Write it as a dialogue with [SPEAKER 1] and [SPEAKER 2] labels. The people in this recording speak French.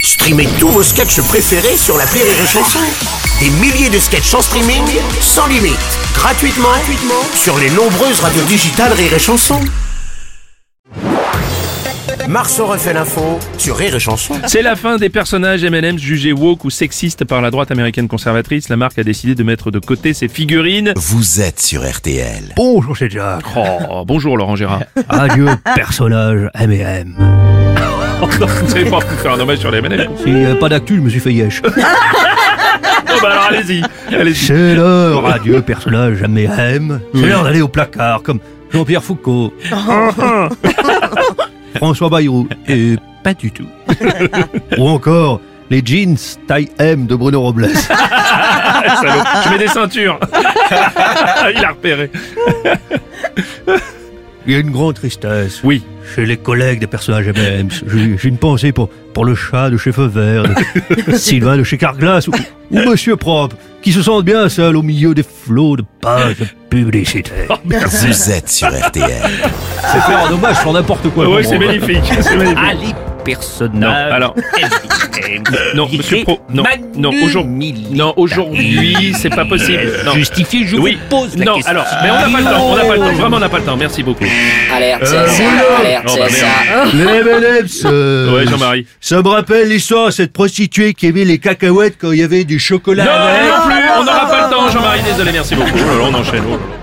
[SPEAKER 1] Streamez tous vos sketchs préférés sur la Rire et Chanson. Des milliers de sketchs en streaming, sans limite, gratuitement, gratuitement sur les nombreuses radios digitales Rire et Chanson. Marceau refait l'info sur Rire et Chanson.
[SPEAKER 2] C'est la fin des personnages M&M's jugés woke ou sexistes par la droite américaine conservatrice. La marque a décidé de mettre de côté ses figurines.
[SPEAKER 3] Vous êtes sur RTL.
[SPEAKER 4] Bonjour, c'est Jack.
[SPEAKER 2] Oh, bonjour Laurent Gérard.
[SPEAKER 4] Adieu, personnage M&M.
[SPEAKER 2] Oh, non, vous savez pas vous faire un hommage sur les M&M's.
[SPEAKER 4] S'il n'y avait pas d'actu, je me suis fait yesh.
[SPEAKER 2] Oh, bah alors allez-y. Allez-y.
[SPEAKER 4] C'est l'heure, adieu, personnage M&M. C'est l'heure d'aller au placard, comme Jean-Pierre Foucault. François Bayrou. Et pas du tout. Ou encore, les jeans taille M de Bruno Robles.
[SPEAKER 2] Ah, salaud. Je mets des ceintures. Il a repéré.
[SPEAKER 4] Il y a une grande tristesse.
[SPEAKER 2] Oui.
[SPEAKER 4] Chez les collègues des personnages M&M. J'ai j'ai une pensée pour, pour le chat de chez Feu Vert, de Sylvain de chez Carglass ou, ou Monsieur Propre, qui se sentent bien seuls au milieu des flots de pages publicitaires.
[SPEAKER 3] Vous êtes sur RTL.
[SPEAKER 4] C'est faire un hommage sur n'importe quoi.
[SPEAKER 2] Oui,
[SPEAKER 4] vraiment.
[SPEAKER 2] c'est magnifique. C'est
[SPEAKER 5] Ah,
[SPEAKER 2] magnifique. Non, alors. Non, monsieur Pro. Non, non, aujourd'hui. Non, aujourd'hui, c'est pas possible. Non.
[SPEAKER 5] Justifié, je
[SPEAKER 2] Oui.
[SPEAKER 5] vous pose la
[SPEAKER 2] non,
[SPEAKER 5] question.
[SPEAKER 2] alors, mais on n'a pas le temps, on n'a pas le temps, vraiment on n'a pas le temps, merci beaucoup.
[SPEAKER 6] Alerte, c'est ça, alerte,
[SPEAKER 2] Oh, bah,
[SPEAKER 6] c'est ça.
[SPEAKER 4] Les M&M's, euh,
[SPEAKER 2] Ouais, Jean-Marie.
[SPEAKER 4] Ça me rappelle l'histoire de cette prostituée qui aimait les cacahuètes quand il y avait du chocolat
[SPEAKER 2] Non,
[SPEAKER 4] avec.
[SPEAKER 2] non plus, on n'aura pas le temps, Jean-Marie, désolé, merci beaucoup. Oh là là, on enchaîne. oh là là.